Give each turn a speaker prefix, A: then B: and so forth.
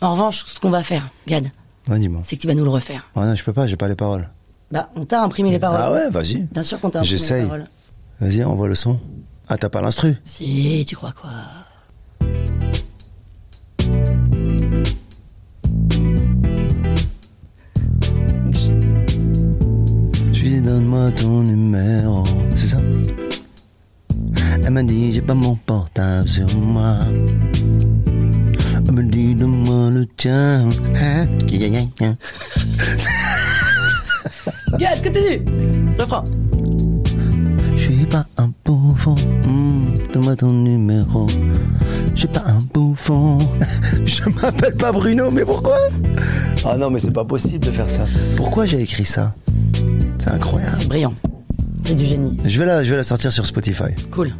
A: En revanche, ce qu'on va faire, Gad,
B: Ouais, dis-moi.
A: c'est que tu vas nous le refaire.
B: Ouais, non, je peux pas, j'ai pas les paroles.
A: Bah, on t'a imprimé les paroles.
B: Ah ouais, vas-y.
A: Bien sûr qu'on t'a imprimé
B: J'essaye.
A: les paroles.
B: Vas-y, envoie le son. Ah, t'as pas l'instru
A: Si, tu crois quoi
B: Je lui ai dit, donne-moi ton numéro. C'est ça Elle m'a dit, j'ai pas mon portable sur moi. Elle me dit, donne-moi le tien. Hein Gna, gna, gna, gna.
A: Gad, continue Reprends.
B: Je suis pas un bouffon. Hmm, Donne-moi ton numéro. Je suis pas un bouffon. Je m'appelle pas Bruno, mais pourquoi Ah non, mais c'est pas possible de faire ça. Pourquoi j'ai écrit ça C'est incroyable.
A: Brillant. C'est du génie.
B: Je vais, la, je vais la sortir sur Spotify.
A: Cool.